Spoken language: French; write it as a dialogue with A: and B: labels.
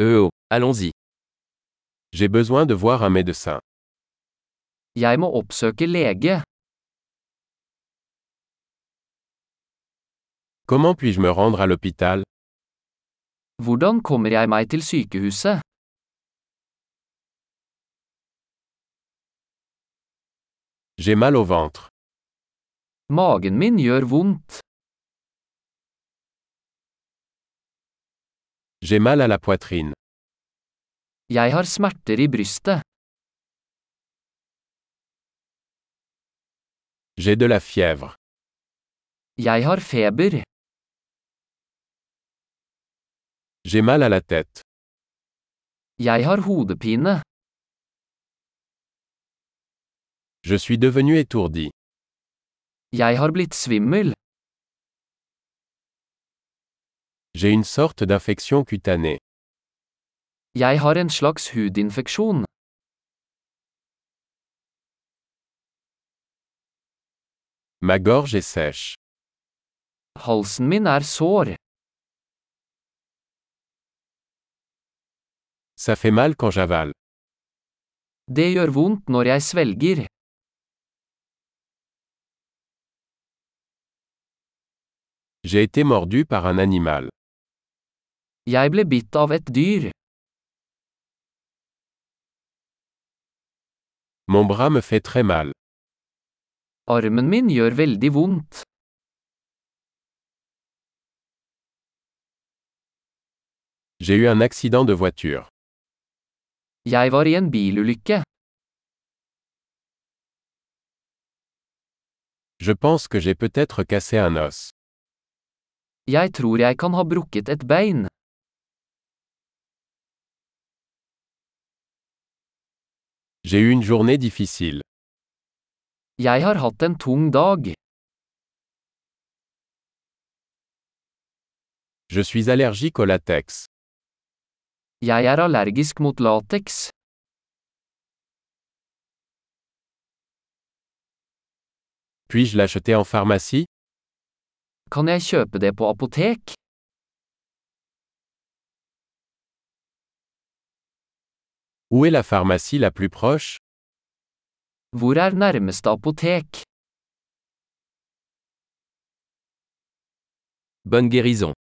A: Euh oh, allons-y.
B: J'ai besoin de voir un médecin.
C: Jeg må oppsøke lege.
B: Comment puis-je me rendre à l'hôpital
C: Hvordan kommer jeg meg til sykehuset?
B: J'ai mal au ventre.
C: Magen min gjør vondt.
B: J'ai mal à la poitrine.
C: Jeg har smerter i brystet.
B: J'ai de la fièvre.
C: Jeg har feber.
B: J'ai mal à la tête.
C: Jeg har hodepine.
B: Je suis devenu étourdi.
C: Jeg har blitt svimmel.
B: J'ai une sorte d'infection cutanée.
C: Jeg har en slags hudinfeksjon.
B: Ma gorge est sèche.
C: Halsen min er sår.
B: Ça fait mal quand j'avale.
C: Det gjør vondt når jeg svelger.
B: J'ai été mordu par un animal.
C: Jeg ble bitt av et dyr.
B: Mon bras me fait très mal.
C: Armen min gjør veldig vondt.
B: J'ai eu un accident de voiture.
C: Jeg var i en bilulykke.
B: Je pense que j'ai peut-être cassé un os.
C: Jeg tror jeg kan ha brukket et bein.
B: J'ai eu une journée difficile.
C: Jeg har hatt en tung dag.
B: Je suis allergique au latex.
C: Jeg er allergisk mot lateks.
B: Puis-je l'acheter en pharmacie
C: Kan jeg kjøpe det på apotek?
B: Où est la pharmacie la plus proche
C: Hvor er nærmeste apotek?
A: Bonne guérison.